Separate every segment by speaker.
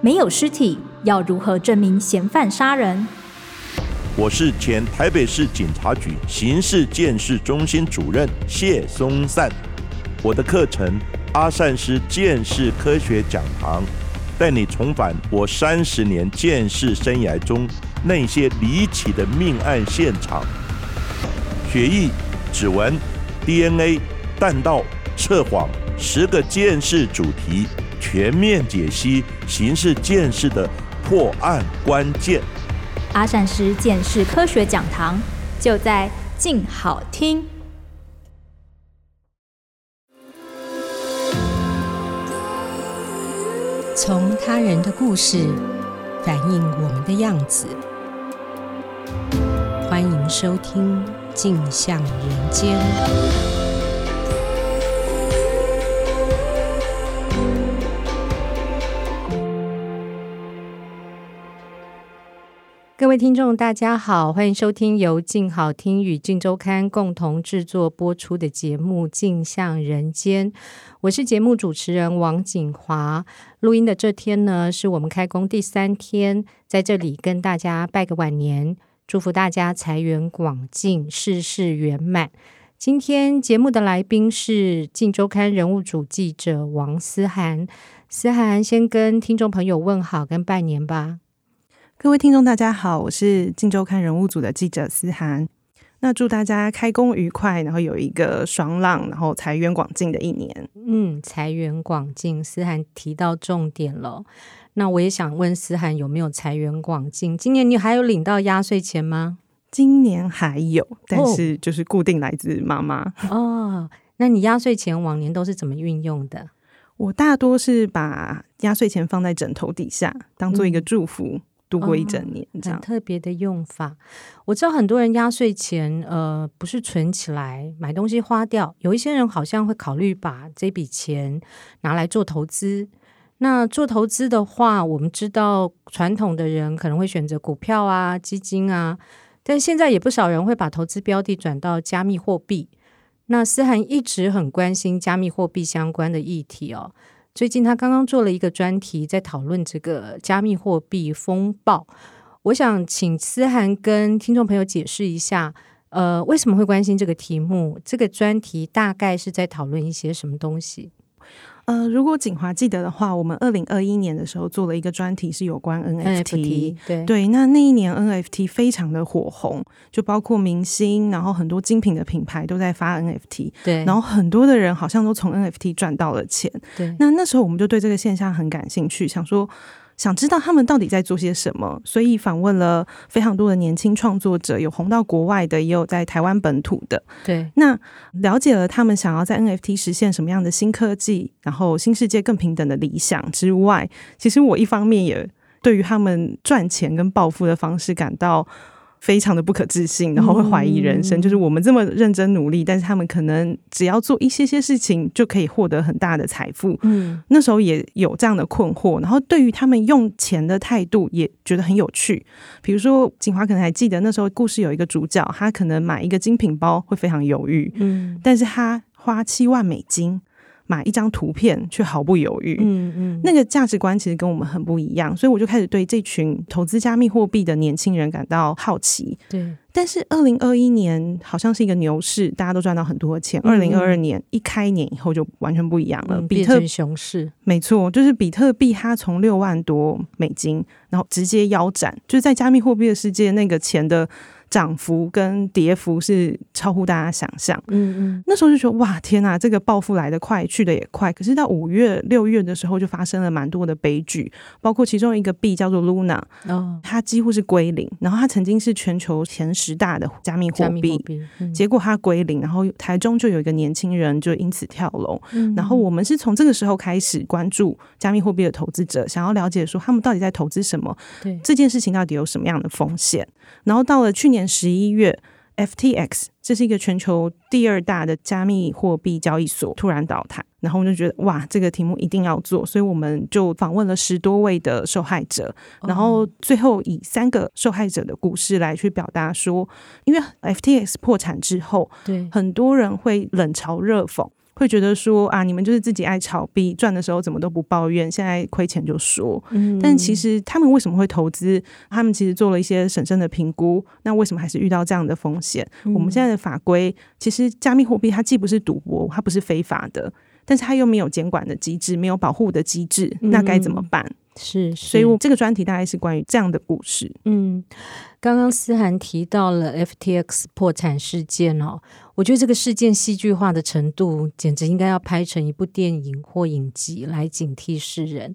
Speaker 1: 没有尸体，要如何证明嫌犯杀人？
Speaker 2: 我是前台北市警察局刑事鉴识中心主任谢松善。我的课程《阿善师鉴识科学讲堂》，带你重返我三十年鉴识生涯中那些离奇的命案现场。血液、指纹、DNA、弹道、测谎，十个鉴识主题，全面解析刑事鉴识的破案关键。
Speaker 1: 阿善师见识科学讲堂就在静好听。
Speaker 3: 从他人的故事反映我们的样子。欢迎收听《镜像人间》。各位听众，大家好，欢迎收听由静好听与静周刊共同制作播出的节目《镜像人间》，我是节目主持人王景华。录音的这天呢，是我们开工第三天，在这里跟大家拜个晚年，祝福大家财源广进，事事圆满。今天节目的来宾是《镜周刊》人物主记者王思涵。思涵，先跟听众朋友问好跟拜年吧。
Speaker 4: 各位听众，大家好，我是《镜周刊》人物组的记者思涵。那祝大家开工愉快，然后有一个爽朗，然后财源广进的一年。
Speaker 3: 嗯，财源广进，思涵提到重点了。那我也想问思涵有没有财源广进？今年你还有领到压岁钱吗？
Speaker 4: 今年还有，但是就是固定来自妈妈。
Speaker 3: 哦，那你压岁钱往年都是怎么运用的？
Speaker 4: 我大多是把压岁钱放在枕头底下，当做一个祝福，度过一整年这
Speaker 3: 嗯哦很
Speaker 4: 样。
Speaker 3: 特别的用法。我知道很多人压岁钱，呃，不是存起来买东西花掉，有一些人好像会考虑把这笔钱拿来做投资。那做投资的话，我们知道传统的人可能会选择股票啊、基金啊，但现在也不少人会把投资标的转到加密货币。那思涵一直很关心加密货币相关的议题哦。最近他刚刚做了一个专题，在讨论这个加密货币风暴。我想请思涵跟听众朋友解释一下，呃，为什么会关心这个题目？这个专题大概是在讨论一些什么东西？
Speaker 4: 呃，如果景华记得的话，我们二零二一年的时候做了一个专题，是有
Speaker 3: 哎
Speaker 4: 关 NFT。
Speaker 3: 对
Speaker 4: 对，那那一年 NFT 非常的火红，就包括明星，然后很多精品的品牌都在发 NFT，
Speaker 3: 对，
Speaker 4: 然
Speaker 3: 后
Speaker 4: 后很多的人好像都从 NFT 赚到了钱。
Speaker 3: 对
Speaker 4: 那那时候我们就对这个现象很感兴趣，想说想知道他们到底在做些什么，所以访问了非常多的年轻创作者，有红到国外的，也有在台湾本土的。
Speaker 3: 对
Speaker 4: 那了解了他们想要在 NFT 实现什么样的新科技，然后新世界更平等的理想之外，其实我一方面也对于他们赚钱跟暴富的方式感到。非常的不可置信，然后会怀疑人生。
Speaker 3: 嗯
Speaker 4: 就是我们这么认真努力，但是他们可能只要做一些些事情就可以获得很大的财富。
Speaker 3: 嗯
Speaker 4: 那时候也有这样的困惑，然后对于他们用钱的态度也觉得很有趣。比如说，景华可能还记得那时候故事有一个主角，他可能买一个精品包会非常犹豫，
Speaker 3: 嗯
Speaker 4: 但是他花七万美金买一张图片却毫不犹豫。
Speaker 3: 嗯嗯，
Speaker 4: 那个价值观其实跟我们很不一样，所以我就开始对这群投资加密货币的年轻人感到好奇。
Speaker 3: 对
Speaker 4: 但是，二零二一年好像是一个牛市，大家都赚到很多钱。二
Speaker 3: 嗯
Speaker 4: 零二二年一开年以后就完全不一样
Speaker 3: 嗯
Speaker 4: 了，呃比
Speaker 3: 变
Speaker 4: 特
Speaker 3: 成熊市，
Speaker 4: 没错，就是比特币，它从六万多美金，然后直接腰斩，就是在加密货币的世界，那个钱的涨幅跟跌幅是超乎大家想象。
Speaker 3: 嗯嗯
Speaker 4: 那时候就觉得哇，天呐，这个暴富来得快，去得也快。可是到五月、六月的时候，就发生了蛮多的悲剧，包括其中一个币叫做 Luna，
Speaker 3: 哦，
Speaker 4: 它几乎是归零，然后它曾经是全球前十大的加密
Speaker 3: 加
Speaker 4: 货
Speaker 3: 密货
Speaker 4: 币。
Speaker 3: 币，嗯
Speaker 4: 结果它归零，然后台中就有一个年轻人就因此跳楼，
Speaker 3: 嗯
Speaker 4: 然后我们是从这个时候开始关注加密货币的投资者，想要了解说他们到底在投资什么，
Speaker 3: 对
Speaker 4: 这件事情到底有什么样的风险。然后到了去年十一月，FTX 这是一个全球第二大的加密货币交易所突然倒台，然后我们就觉得哇，这个题目一定要做，所以我们就访问了十多位的受害者，然后
Speaker 3: 嗯
Speaker 4: 最后以三个受害者的故事来去表达说，因为 FTX 破产之后，
Speaker 3: 对
Speaker 4: 很多人会冷嘲热讽。会觉得说啊，你们就是自己爱炒币，赚的时候怎么都不抱怨，现在亏钱就说。
Speaker 3: 嗯
Speaker 4: 但其实他们为什么会投资？他们其实做了一些审慎的评估，那为什么还是遇到这样的风险？
Speaker 3: 嗯
Speaker 4: 我们现在的法规，其实加密货币它既不是赌博，它不是非法的，但是它又没有监管的机制，没有保护的机制，那该怎么办？
Speaker 3: 是，
Speaker 4: 所以
Speaker 3: 是
Speaker 4: 我这个专题大概是关于这样的故事。
Speaker 3: 嗯，刚刚思涵提到了 FTX 破产事件哦，我觉得这个事件戏剧化的程度，简直应该要拍成一部电影或影集来警惕世人。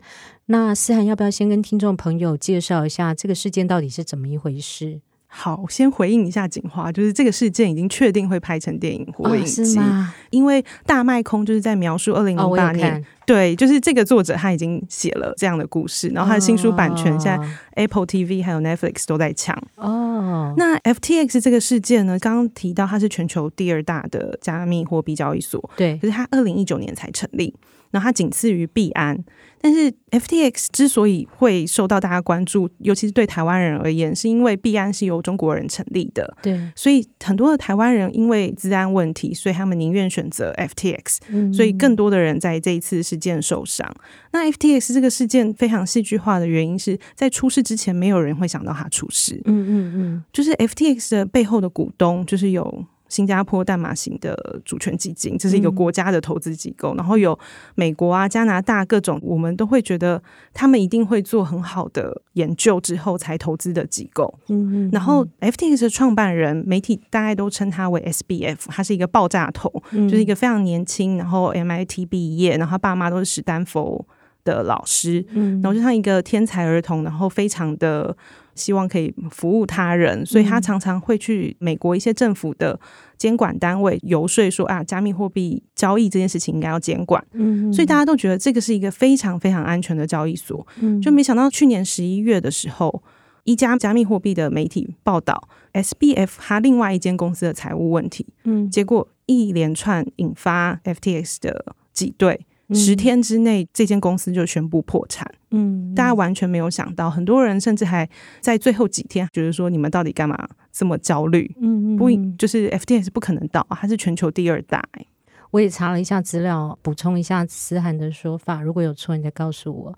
Speaker 3: 那思涵要不要先跟听众朋友介绍一下这个事件到底是怎么一回事？
Speaker 4: 好，先回应一下景华，就是这个事件已经确定会拍成电影或影
Speaker 3: 哦、是
Speaker 4: 集，
Speaker 3: 吗？
Speaker 4: 因为大麦空就是在描述二零
Speaker 3: 哦，
Speaker 4: 零
Speaker 3: 我
Speaker 4: 八
Speaker 3: 有
Speaker 4: 年，
Speaker 3: 看，
Speaker 4: 对，就是这个作者他已经写了这样的故事，然后他的新书版权现在
Speaker 3: 在
Speaker 4: Apple TV 还有 Netflix 都在抢。
Speaker 3: 哦，
Speaker 4: 那 FTX 这个事件呢，刚刚提到它是全球第二大的加密货币交易所，
Speaker 3: 对
Speaker 4: 可是它二零一九年才成立，然后它仅次于币安。但是 FTX 之所以会受到大家关注，尤其是对台湾人而言，是因为币安是由中国人成立的，
Speaker 3: 对，
Speaker 4: 所以很多的台湾人因为治安问题，所以他们宁愿选择 FTX。
Speaker 3: 嗯
Speaker 4: 所以更多的人在这一次事件受伤。那 FTX 这个事件非常戏剧化的原因是在出事之前，没有人会想到它出事。
Speaker 3: 嗯嗯嗯，
Speaker 4: 就是 FTX 的背后的股东就是有新加坡淡马型的主权基金，这是一个
Speaker 3: 嗯
Speaker 4: 国家的投资机构，然后有美国啊、加拿大各种，我们都会觉得他们一定会做很好的研究之后才投资的机构。
Speaker 3: 嗯嗯
Speaker 4: 然后 FTX 的创办人，媒体大概都称他为 SBF，他是一个爆炸头，
Speaker 3: 嗯
Speaker 4: 就是一个非常年轻，然后 MIT 毕业，然后他爸妈都是史丹佛的老师，
Speaker 3: 嗯
Speaker 4: 然后就像一个天才儿童，然后非常的希望可以服务他人，所以
Speaker 3: 嗯
Speaker 4: 他常常会去美国一些政府的监管单位游说说啊，加密货币交易这件事情应该要监管，
Speaker 3: 嗯嗯
Speaker 4: 所以大家都觉得这个是一个非常非常安全的交易所，
Speaker 3: 嗯
Speaker 4: 就没想到去年十一月的时候。一家加密货币的媒体报道，SBF 它另外一间公司的财务问题，
Speaker 3: 嗯
Speaker 4: 结果一连串引发 FTX 的挤兑，
Speaker 3: 嗯
Speaker 4: 十天之内，这间公司就宣布破产。
Speaker 3: 嗯
Speaker 4: 大家完全没有想到，很多人甚至还在最后几天觉得说：“你们到底干嘛这么焦虑？”
Speaker 3: 嗯嗯
Speaker 4: 不
Speaker 3: 嗯，
Speaker 4: 就是 FTX 不可能倒，它是全球第二大、欸
Speaker 3: 我也查了一下资料，补充一下思涵的说法，如果有错，你再告诉我。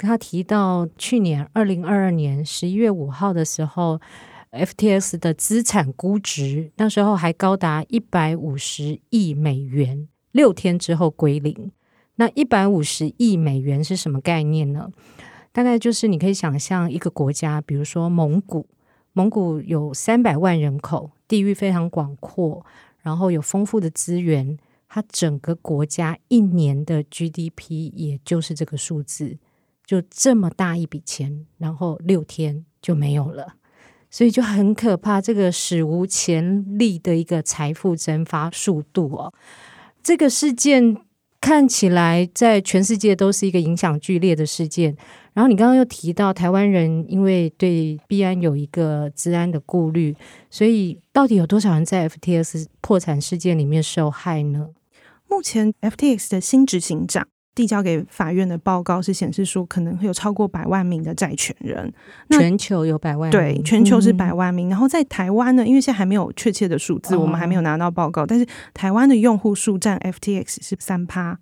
Speaker 3: 他提到去年二零二二年十一月五号的时候，FTX 的资产估值那时候还高达一百五十亿美元，六天之后归零。那一百五十亿美元是什么概念呢？大概就是你可以想象一个国家，比如说蒙古，蒙古有三百万人口，地域非常广阔，然后有丰富的资源，它整个国家一年的 GDP 也就是这个数字，就这么大一笔钱，然后六天就没有了，所以就很可怕，这个史无前例的一个财富蒸发速度哦。这个事件看起来在全世界都是一个影响剧烈的事件。然后你刚刚又提到台湾人因为对币安有一个治安的顾虑，所以到底有多少人在 FTS 破产事件里面受害呢？
Speaker 4: 目前 FTX 的新执行长递交给法院的报告是显示说，可能会有超过百万名的债权人。那
Speaker 3: 全球有百万
Speaker 4: 对
Speaker 3: 名，
Speaker 4: 全球是
Speaker 3: 嗯
Speaker 4: 百万名。然后在台湾呢，因为现在还没有确切的数字，
Speaker 3: 哦
Speaker 4: 我们还没有拿到报告，但是台湾的用户数占 FTX 是三趴。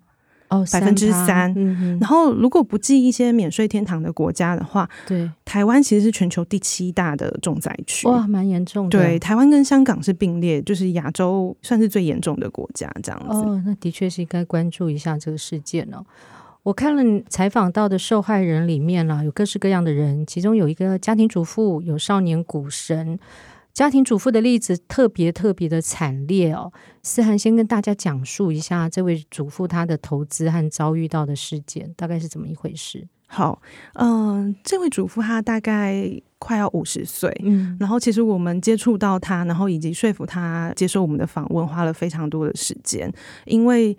Speaker 3: 哦
Speaker 4: 百分之三
Speaker 3: 3%嗯
Speaker 4: 然
Speaker 3: 嗯，
Speaker 4: 后如果不计一些免税天堂的国家的话，
Speaker 3: 对，
Speaker 4: 台湾其实是全球第七大的重灾区。
Speaker 3: 哇，蛮严重的，
Speaker 4: 对，，台湾跟香港是并列，就是亚洲算是最严重的国家这样子。
Speaker 3: 哦，那的确是应该关注一下这个事件哦。我看了你采访到的受害人里面啊啦，有各式各样的人，其中有一个家庭主妇，有少年股神。家庭主妇的例子特别特别的惨烈哦。思涵先跟大家讲述一下这位主妇她的投资和遭遇到的事件，大概是怎么一回事。
Speaker 4: 好，嗯、这位主妇她大概快要五十岁，
Speaker 3: 嗯
Speaker 4: 然后其实我们接触到他，然后以及说服他接受我们的访问，花了非常多的时间，因为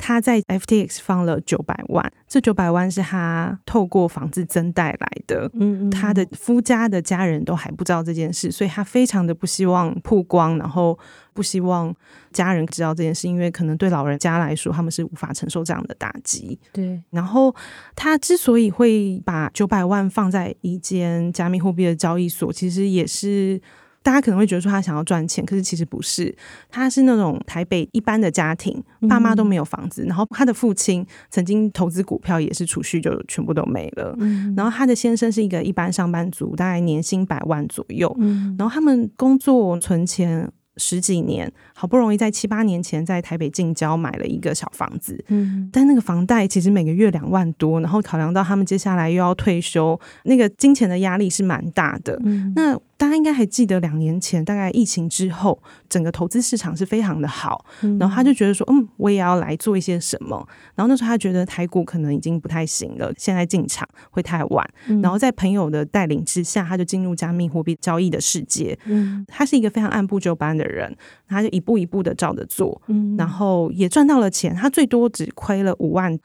Speaker 4: 他在 FTX 放了九百万，这九百万是他透过房子增贷来的。
Speaker 3: 嗯
Speaker 4: 他的夫家的家人都还不知道这件事，所以他非常的不希望曝光，然后不希望家人知道这件事，因为可能对老人家来说，他们是无法承受这样的打击。
Speaker 3: 对，
Speaker 4: 然后他之所以会把九百万放在一间加密货币的交易所，其实也是。大家可能会觉得说他想要赚钱，可是其实不是，他是那种台北一般的家庭，爸
Speaker 3: 嗯
Speaker 4: 妈都没有房子，然后他的父亲曾经投资股票，也是储蓄就全部都没了。
Speaker 3: 嗯
Speaker 4: 然后他的先生是一个一般上班族，大概年薪百万左右。
Speaker 3: 嗯
Speaker 4: 然后他们工作存钱十几年，好不容易在七八年前在台北近郊买了一个小房子，
Speaker 3: 嗯
Speaker 4: 但那个房贷其实每个月两万多，然后考量到他们接下来又要退休，那个金钱的压力是蛮大的。
Speaker 3: 嗯
Speaker 4: 那大家应该还记得，两年前大概疫情之后，整个投资市场是非常的好，
Speaker 3: 嗯
Speaker 4: 然后他就觉得说，嗯，我也要来做一些什么。然后那时候他觉得台股可能已经不太行了，现在进场会太晚。
Speaker 3: 嗯
Speaker 4: 然后在朋友的带领之下，他就进入加密货币交易的世界。
Speaker 3: 嗯
Speaker 4: 他是一个非常按部就班的人，他就一步一步的照着做，
Speaker 3: 嗯
Speaker 4: 然后也赚到了钱。他最多只亏了五万，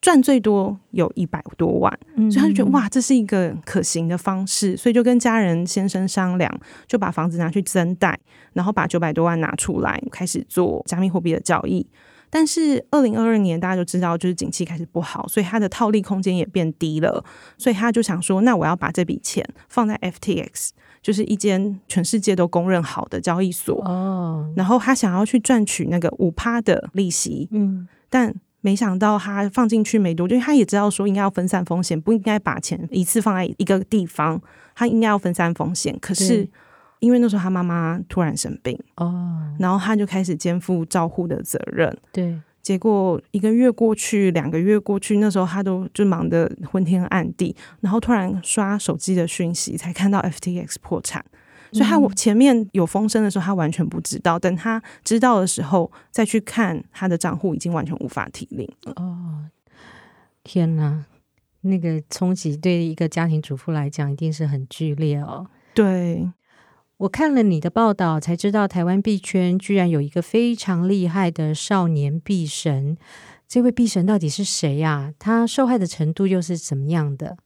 Speaker 4: 赚最多有一百多万。
Speaker 3: 嗯
Speaker 4: 所以他就觉得哇，这是一个可行的方式，所以就跟家人先生商量，就把房子拿去增贷，然后把九百多万拿出来，开始做加密货币的交易。但是二零二二年大家就知道，就是景气开始不好，所以他的套利空间也变低了，所以他就想说，那我要把这笔钱放在 FTX，就是一间全世界都公认好的交易所，
Speaker 3: 哦
Speaker 4: 然后他想要去赚取那个五趴的利息，
Speaker 3: 嗯
Speaker 4: 但没想到他放进去没多久，因为他也知道说应该要分散风险，不应该把钱一次放在一个地方，他应该要分散风险。可是
Speaker 3: 对
Speaker 4: 因为那时候他妈妈突然生病，
Speaker 3: 哦
Speaker 4: 然后他就开始肩负照护的责任。
Speaker 3: 对
Speaker 4: 结果一个月过去，两个月过去，那时候他都就忙得昏天暗地，然后突然刷手机的讯息，才看到 FTX 破产。所以他
Speaker 3: 嗯
Speaker 4: 前面有风声的时候，他完全不知道。等他知道的时候，再去看他的账户，已经完全无法提领。
Speaker 3: 哦天哪，那个冲击对一个家庭主妇来讲一定是很剧烈哦。
Speaker 4: 对，
Speaker 3: 我看了你的报道，才知道台湾币圈居然有一个非常厉害的少年币神。这位币神到底是谁呀、他受害的程度又是怎么样的？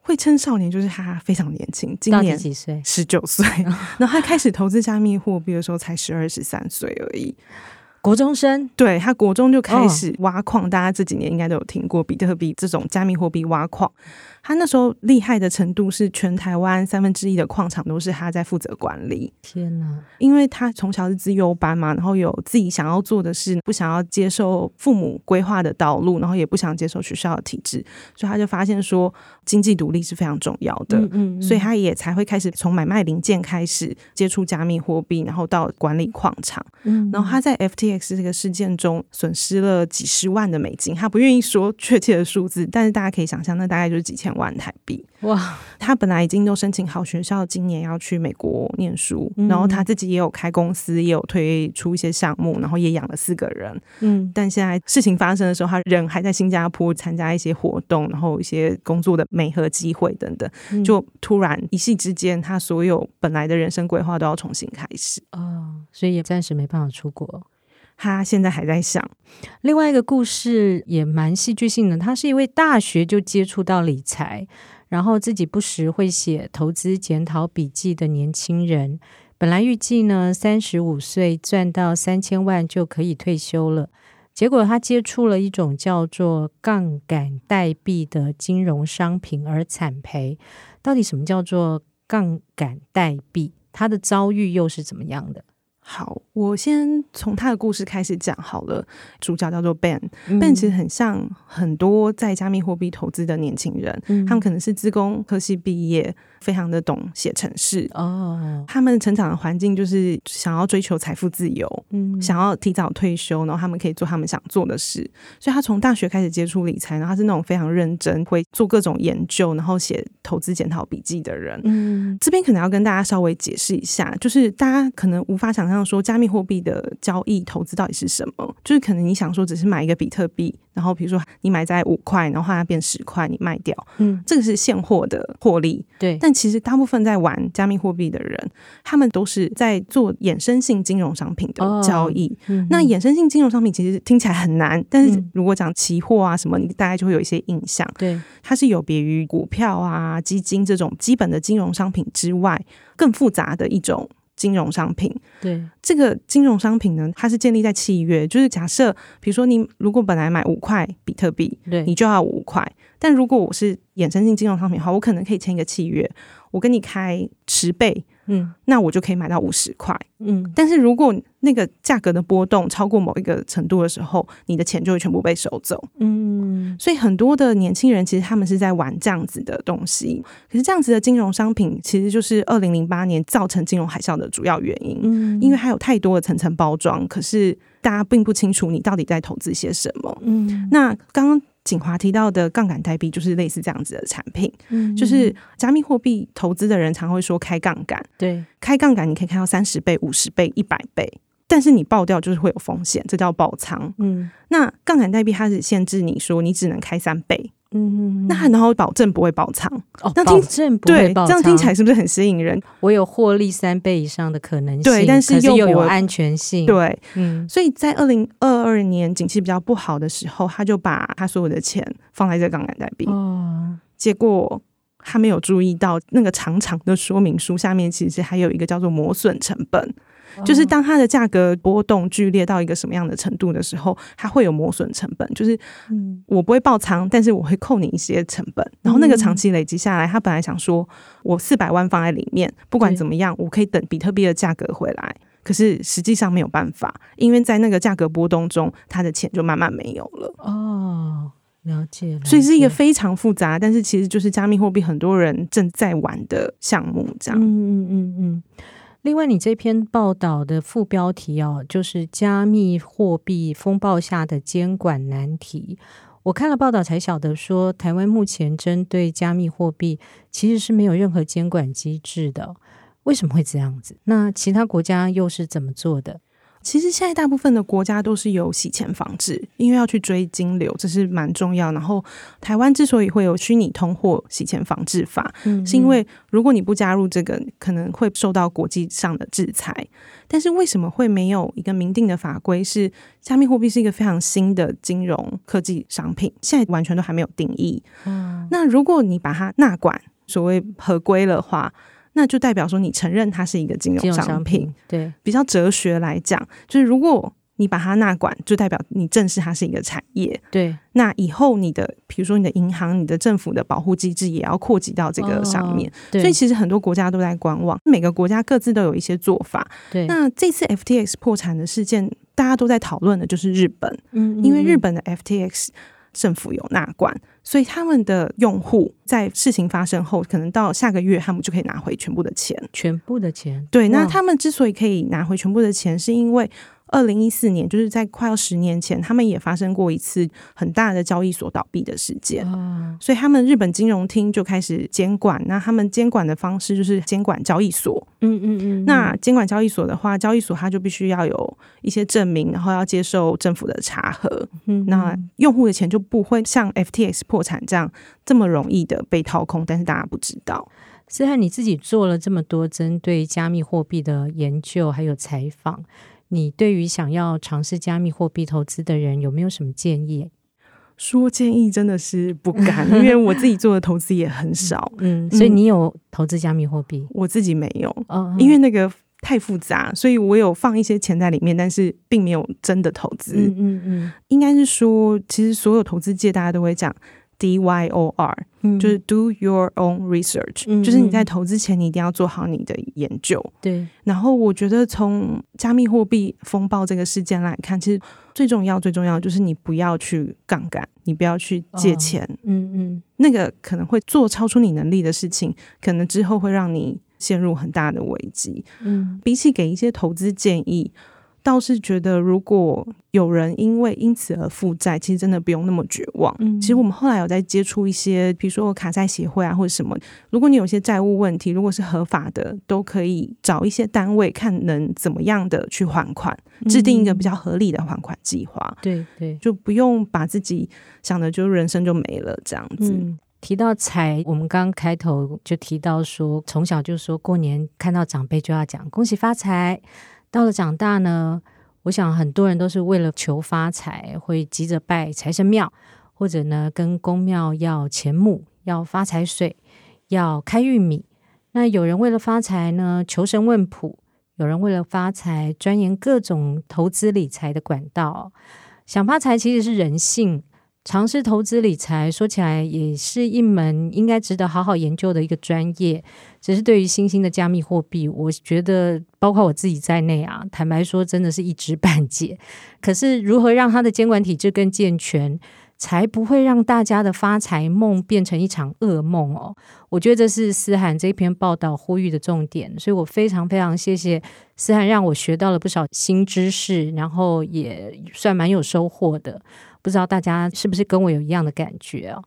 Speaker 4: 会称少年就是他非常年轻，今
Speaker 3: 到底
Speaker 4: 年
Speaker 3: 几岁？
Speaker 4: 十九岁， 然后他开始投资加密货币的时候才十二十三岁而已。
Speaker 3: 国中生？
Speaker 4: 对他国中就开始挖矿，大家这几年应该都有听过比特币这种加密货币挖矿。他那时候厉害的程度是，全台湾三分之一的矿场都是他在负责管理。
Speaker 3: 天哪！
Speaker 4: 因为他从小是资优班嘛，然后有自己想要做的事，不想要接受父母规划的道路，然后也不想接受学校的体制，所以他就发现说经济独立是非常重要的。
Speaker 3: 嗯嗯嗯
Speaker 4: 所以他也才会开始从买卖零件开始接触加密货币，然后到管理矿场。
Speaker 3: 嗯
Speaker 4: 然后他在 FTX 这个事件中损失了几十万的美金，他不愿意说确切的数字，但是大家可以想象，那大概就是几千万台币。
Speaker 3: 哇，
Speaker 4: 他本来已经都申请好学校，今年要去美国念书，
Speaker 3: 嗯
Speaker 4: 然后他自己也有开公司，也有推出一些项目，然后也养了四个人。
Speaker 3: 嗯
Speaker 4: 但现在事情发生的时候，他人还在新加坡参加一些活动，然后一些工作的媒合机会等等。
Speaker 3: 嗯
Speaker 4: 就突然一夕之间，他所有本来的人生规划都要重新开始。
Speaker 3: 哦，所以也暂时没办法出国。
Speaker 4: 他现在还在想，
Speaker 3: 另外一个故事也蛮戏剧性的，他是一位大学就接触到理财，然后自己不时会写投资检讨笔记的年轻人。本来预计呢，三十五岁赚到三千万就可以退休了，结果他接触了一种叫做杠杆代币的金融商品而惨赔。到底什么叫做杠杆代币？他的遭遇又是怎么样的？
Speaker 4: 好，我先从他的故事开始讲好了。主角叫做 Ben，Ben、其实
Speaker 3: 嗯
Speaker 4: 很像很多在加密货币投资的年轻人，
Speaker 3: 嗯
Speaker 4: 他们可能是资工科系毕业，非常的懂写程式。
Speaker 3: 哦，
Speaker 4: 他们成长的环境就是想要追求财富自由，
Speaker 3: 嗯
Speaker 4: 想要提早退休，然后他们可以做他们想做的事。所以他从大学开始接触理财，然后他是那种非常认真，会做各种研究，然后写投资检讨笔记的人。
Speaker 3: 嗯
Speaker 4: 这边可能要跟大家稍微解释一下，就是大家可能无法想象说加密货币的交易投资到底是什么。就是可能你想说只是买一个比特币，然后比如说你买在五块，然后它变十块，你卖掉，
Speaker 3: 嗯，
Speaker 4: 这个是现货的获利。
Speaker 3: 对，
Speaker 4: 但其实大部分在玩加密货币的人，他们都是在做衍生性金融商品的交易。
Speaker 3: 嗯
Speaker 4: 那
Speaker 3: 哼
Speaker 4: 衍生性金融商品其实听起来很难，但是
Speaker 3: 嗯
Speaker 4: 如果讲期货啊什么，你大概就会有一些印象。
Speaker 3: 对，
Speaker 4: 它是有别于股票啊、基金这种基本的金融商品之外，更复杂的一种金融商品。
Speaker 3: 对，
Speaker 4: 这个金融商品呢，它是建立在契约，就是假设，比如说你如果本来买五块比特币，
Speaker 3: 对，
Speaker 4: 你就要五块。但如果我是衍生性金融商品的话，我可能可以签一个契约，我跟你开十倍，
Speaker 3: 嗯
Speaker 4: 那我就可以买到五十块。
Speaker 3: 嗯，
Speaker 4: 但是如果那个价格的波动超过某一个程度的时候，你的钱就会全部被收走。
Speaker 3: 嗯，
Speaker 4: 所以很多的年轻人其实他们是在玩这样子的东西，可是这样子的金融商品其实就是二零零八年造成金融海啸的主要原因，
Speaker 3: 嗯
Speaker 4: 因为它有太多的层层包装，可是大家并不清楚你到底在投资些什么。
Speaker 3: 嗯，
Speaker 4: 那刚刚景华提到的杠杆代币就是类似这样子的产品，
Speaker 3: 嗯
Speaker 4: 就是加密货币投资的人常会说开杠杆，
Speaker 3: 对，
Speaker 4: 开杠杆你可以开到三十倍、五十倍、一百倍，但是你爆掉就是会有风险，这叫爆仓。
Speaker 3: 嗯
Speaker 4: 那杠杆代币它是限制你说你只能开三倍，
Speaker 3: 嗯，
Speaker 4: 那然后保证不会爆仓，
Speaker 3: 哦，
Speaker 4: 那
Speaker 3: 保
Speaker 4: 听
Speaker 3: 证不会
Speaker 4: 对，这
Speaker 3: 爆
Speaker 4: 样听起
Speaker 3: 仓嗯
Speaker 4: 来是不是很吸引人？
Speaker 3: 我有获利三倍以上的可能性，
Speaker 4: 对但是
Speaker 3: 可是
Speaker 4: 又
Speaker 3: 又有
Speaker 4: 不会
Speaker 3: 安全性，，
Speaker 4: 对，
Speaker 3: 嗯
Speaker 4: 所以在二零二二年景气比较不好的时候，他就把他所有的钱放在这个杠杆代币，
Speaker 3: 哦，
Speaker 4: 结果他没有注意到那个长长的说明书下面其实还有一个叫做磨损成本，就是当它的价格波动剧烈到一个什么样的程度的时候，它会有磨损成本，就是
Speaker 3: 嗯
Speaker 4: 我不会爆仓，但是我会扣你一些成本。然后那个长期累积下来，他本来想说我四百万放在里面，不管
Speaker 3: 对
Speaker 4: 怎么样，我可以等比特币的价格回来。可是实际上没有办法，因为在那个价格波动中，他的钱就慢慢没有了。
Speaker 3: 哦，了解，了
Speaker 4: 所以是一个
Speaker 3: 解
Speaker 4: 非常复杂，但是其实就是加密货币很多人正在玩的项目，这样。
Speaker 3: 嗯嗯嗯嗯。另外，你这篇报道的副标题哦，就是“加密货币风暴下的监管难题”。我看了报道才晓得说，台湾目前针对加密货币其实是没有任何监管机制的哦。为什么会这样子？那其他国家又是怎么做的？
Speaker 4: 其实现在大部分的国家都是有洗钱防治，因为要去追金流，这是蛮重要。然后台湾之所以会有虚拟通货洗钱防治法，
Speaker 3: 嗯
Speaker 4: 是因为如果你不加入这个，可能会受到国际上的制裁。但是为什么会没有一个明定的法规？是加密货币是一个非常新的金融科技商品，现在完全都还没有定义。
Speaker 3: 嗯
Speaker 4: 那如果你把它纳管所谓合规的话，那就代表说你承认它是一个金
Speaker 3: 金
Speaker 4: 融
Speaker 3: 融
Speaker 4: 商
Speaker 3: 商
Speaker 4: 品。
Speaker 3: 品对，
Speaker 4: 比较哲学来讲，就是如果你把它纳管，就代表你正视它是一个产业。
Speaker 3: 对
Speaker 4: 那以后你的，比如说你的银行、你的政府的保护机制也要扩及到这个上面。
Speaker 3: 哦对，
Speaker 4: 所以其实很多国家都在观望，每个国家各自都有一些做法。
Speaker 3: 对，
Speaker 4: 那这次 FTX 破产的事件，大家都在讨论的就是日本，
Speaker 3: 嗯
Speaker 4: 因为日本的 FTX 政府有纳管，所以他们的用户在事情发生后，可能到下个月他们就可以拿回全部的钱。
Speaker 3: 全部的钱
Speaker 4: 对，那
Speaker 3: 哇
Speaker 4: 他们之所以可以拿回全部的钱，是因为二零一四年，就是在快要十年前，他们也发生过一次很大的交易所倒闭的事件。
Speaker 3: 啊，
Speaker 4: 所以他们日本金融厅就开始监管，那他们监管的方式就是监管交易所。
Speaker 3: 嗯嗯嗯，
Speaker 4: 那监管交易所的话，交易所它就必须要有一些证明，然后要接受政府的查核。
Speaker 3: 嗯
Speaker 4: 那用户的钱就不会像 FTX 破产这样这么容易的被掏空，但是大家不知道。
Speaker 3: 思翰，你自己做了这么多针对加密货币的研究，还有采访，你对于想要尝试加密货币投资的人有没有什么建议？
Speaker 4: 说建议真的是 不敢，因为我自己做的投资也很少，
Speaker 3: 嗯，所以
Speaker 4: 嗯
Speaker 3: 你有投资加密货币？
Speaker 4: 我自己没有，
Speaker 3: 哦，
Speaker 4: 因为那个太复杂，所以我有放一些钱在里面，但是并没有真的投资。
Speaker 3: 嗯嗯嗯
Speaker 4: 应该是说，其实所有投资界大家都会讲 D Y O R，、
Speaker 3: 嗯，
Speaker 4: 就是 Do Your Own Research，、
Speaker 3: 嗯
Speaker 4: 就是你在投资前你一定要做好你的研究。
Speaker 3: 对，
Speaker 4: 然后我觉得从加密货币风暴这个事件来看，其实最重要最重要的就是你不要去杠杆，你不要去借
Speaker 3: 哦
Speaker 4: 钱。
Speaker 3: 嗯嗯
Speaker 4: 那个可能会做超出你能力的事情，可能之后会让你陷入很大的危机。
Speaker 3: 嗯
Speaker 4: 比起给一些投资建议，倒是觉得如果有人因为因此而负债，其实真的不用那么绝望。
Speaker 3: 嗯
Speaker 4: 其实我们后来有在接触一些，比如说卡债协会啊，或者什么。如果你有一些债务问题，如果是合法的，都可以找一些单位看能怎么样的去还款，
Speaker 3: 嗯
Speaker 4: 制定一个比较合理的还款计划，
Speaker 3: 对对，
Speaker 4: 就不用把自己想的就人生就没了这样子。
Speaker 3: 嗯。提到财，我们刚开头就提到说，从小就说过年看到长辈就要讲恭喜发财。到了长大呢，我想很多人都是为了求发财，会急着拜财神庙，或者呢跟公庙要钱木，要发财水，要开玉米。那有人为了发财呢求神问卜，有人为了发财钻研各种投资理财的管道哦。想发财其实是人性，尝试投资理财，说起来也是一门应该值得好好研究的一个专业。只是对于新兴的加密货币，我觉得包括我自己在内啊，坦白说，真的是一知半解。可是如何让它的监管体制更健全，才不会让大家的发财梦变成一场噩梦哦？我觉得这是思涵这篇报道呼吁的重点，所以我非常非常谢谢思涵，让我学到了不少新知识，然后也算蛮有收获的。不知道大家是不是跟我有一样的感觉哦？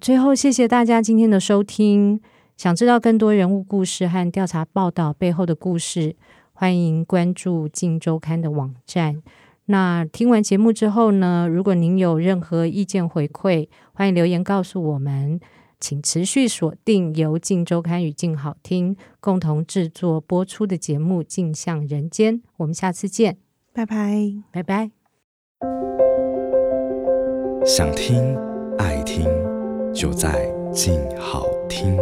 Speaker 3: 最后，谢谢大家今天的收听。想知道更多人物故事和调查报道背后的故事，欢迎关注《镜周刊》的网站。那听完节目之后呢，如果您有任何意见回馈，欢迎留言告诉我们。请持续锁定由《镜周刊》与《静好听》共同制作播出的节目《镜向人间》，我们下次见，
Speaker 4: 拜拜。
Speaker 3: 拜拜。
Speaker 5: 想听爱听，就在静好听。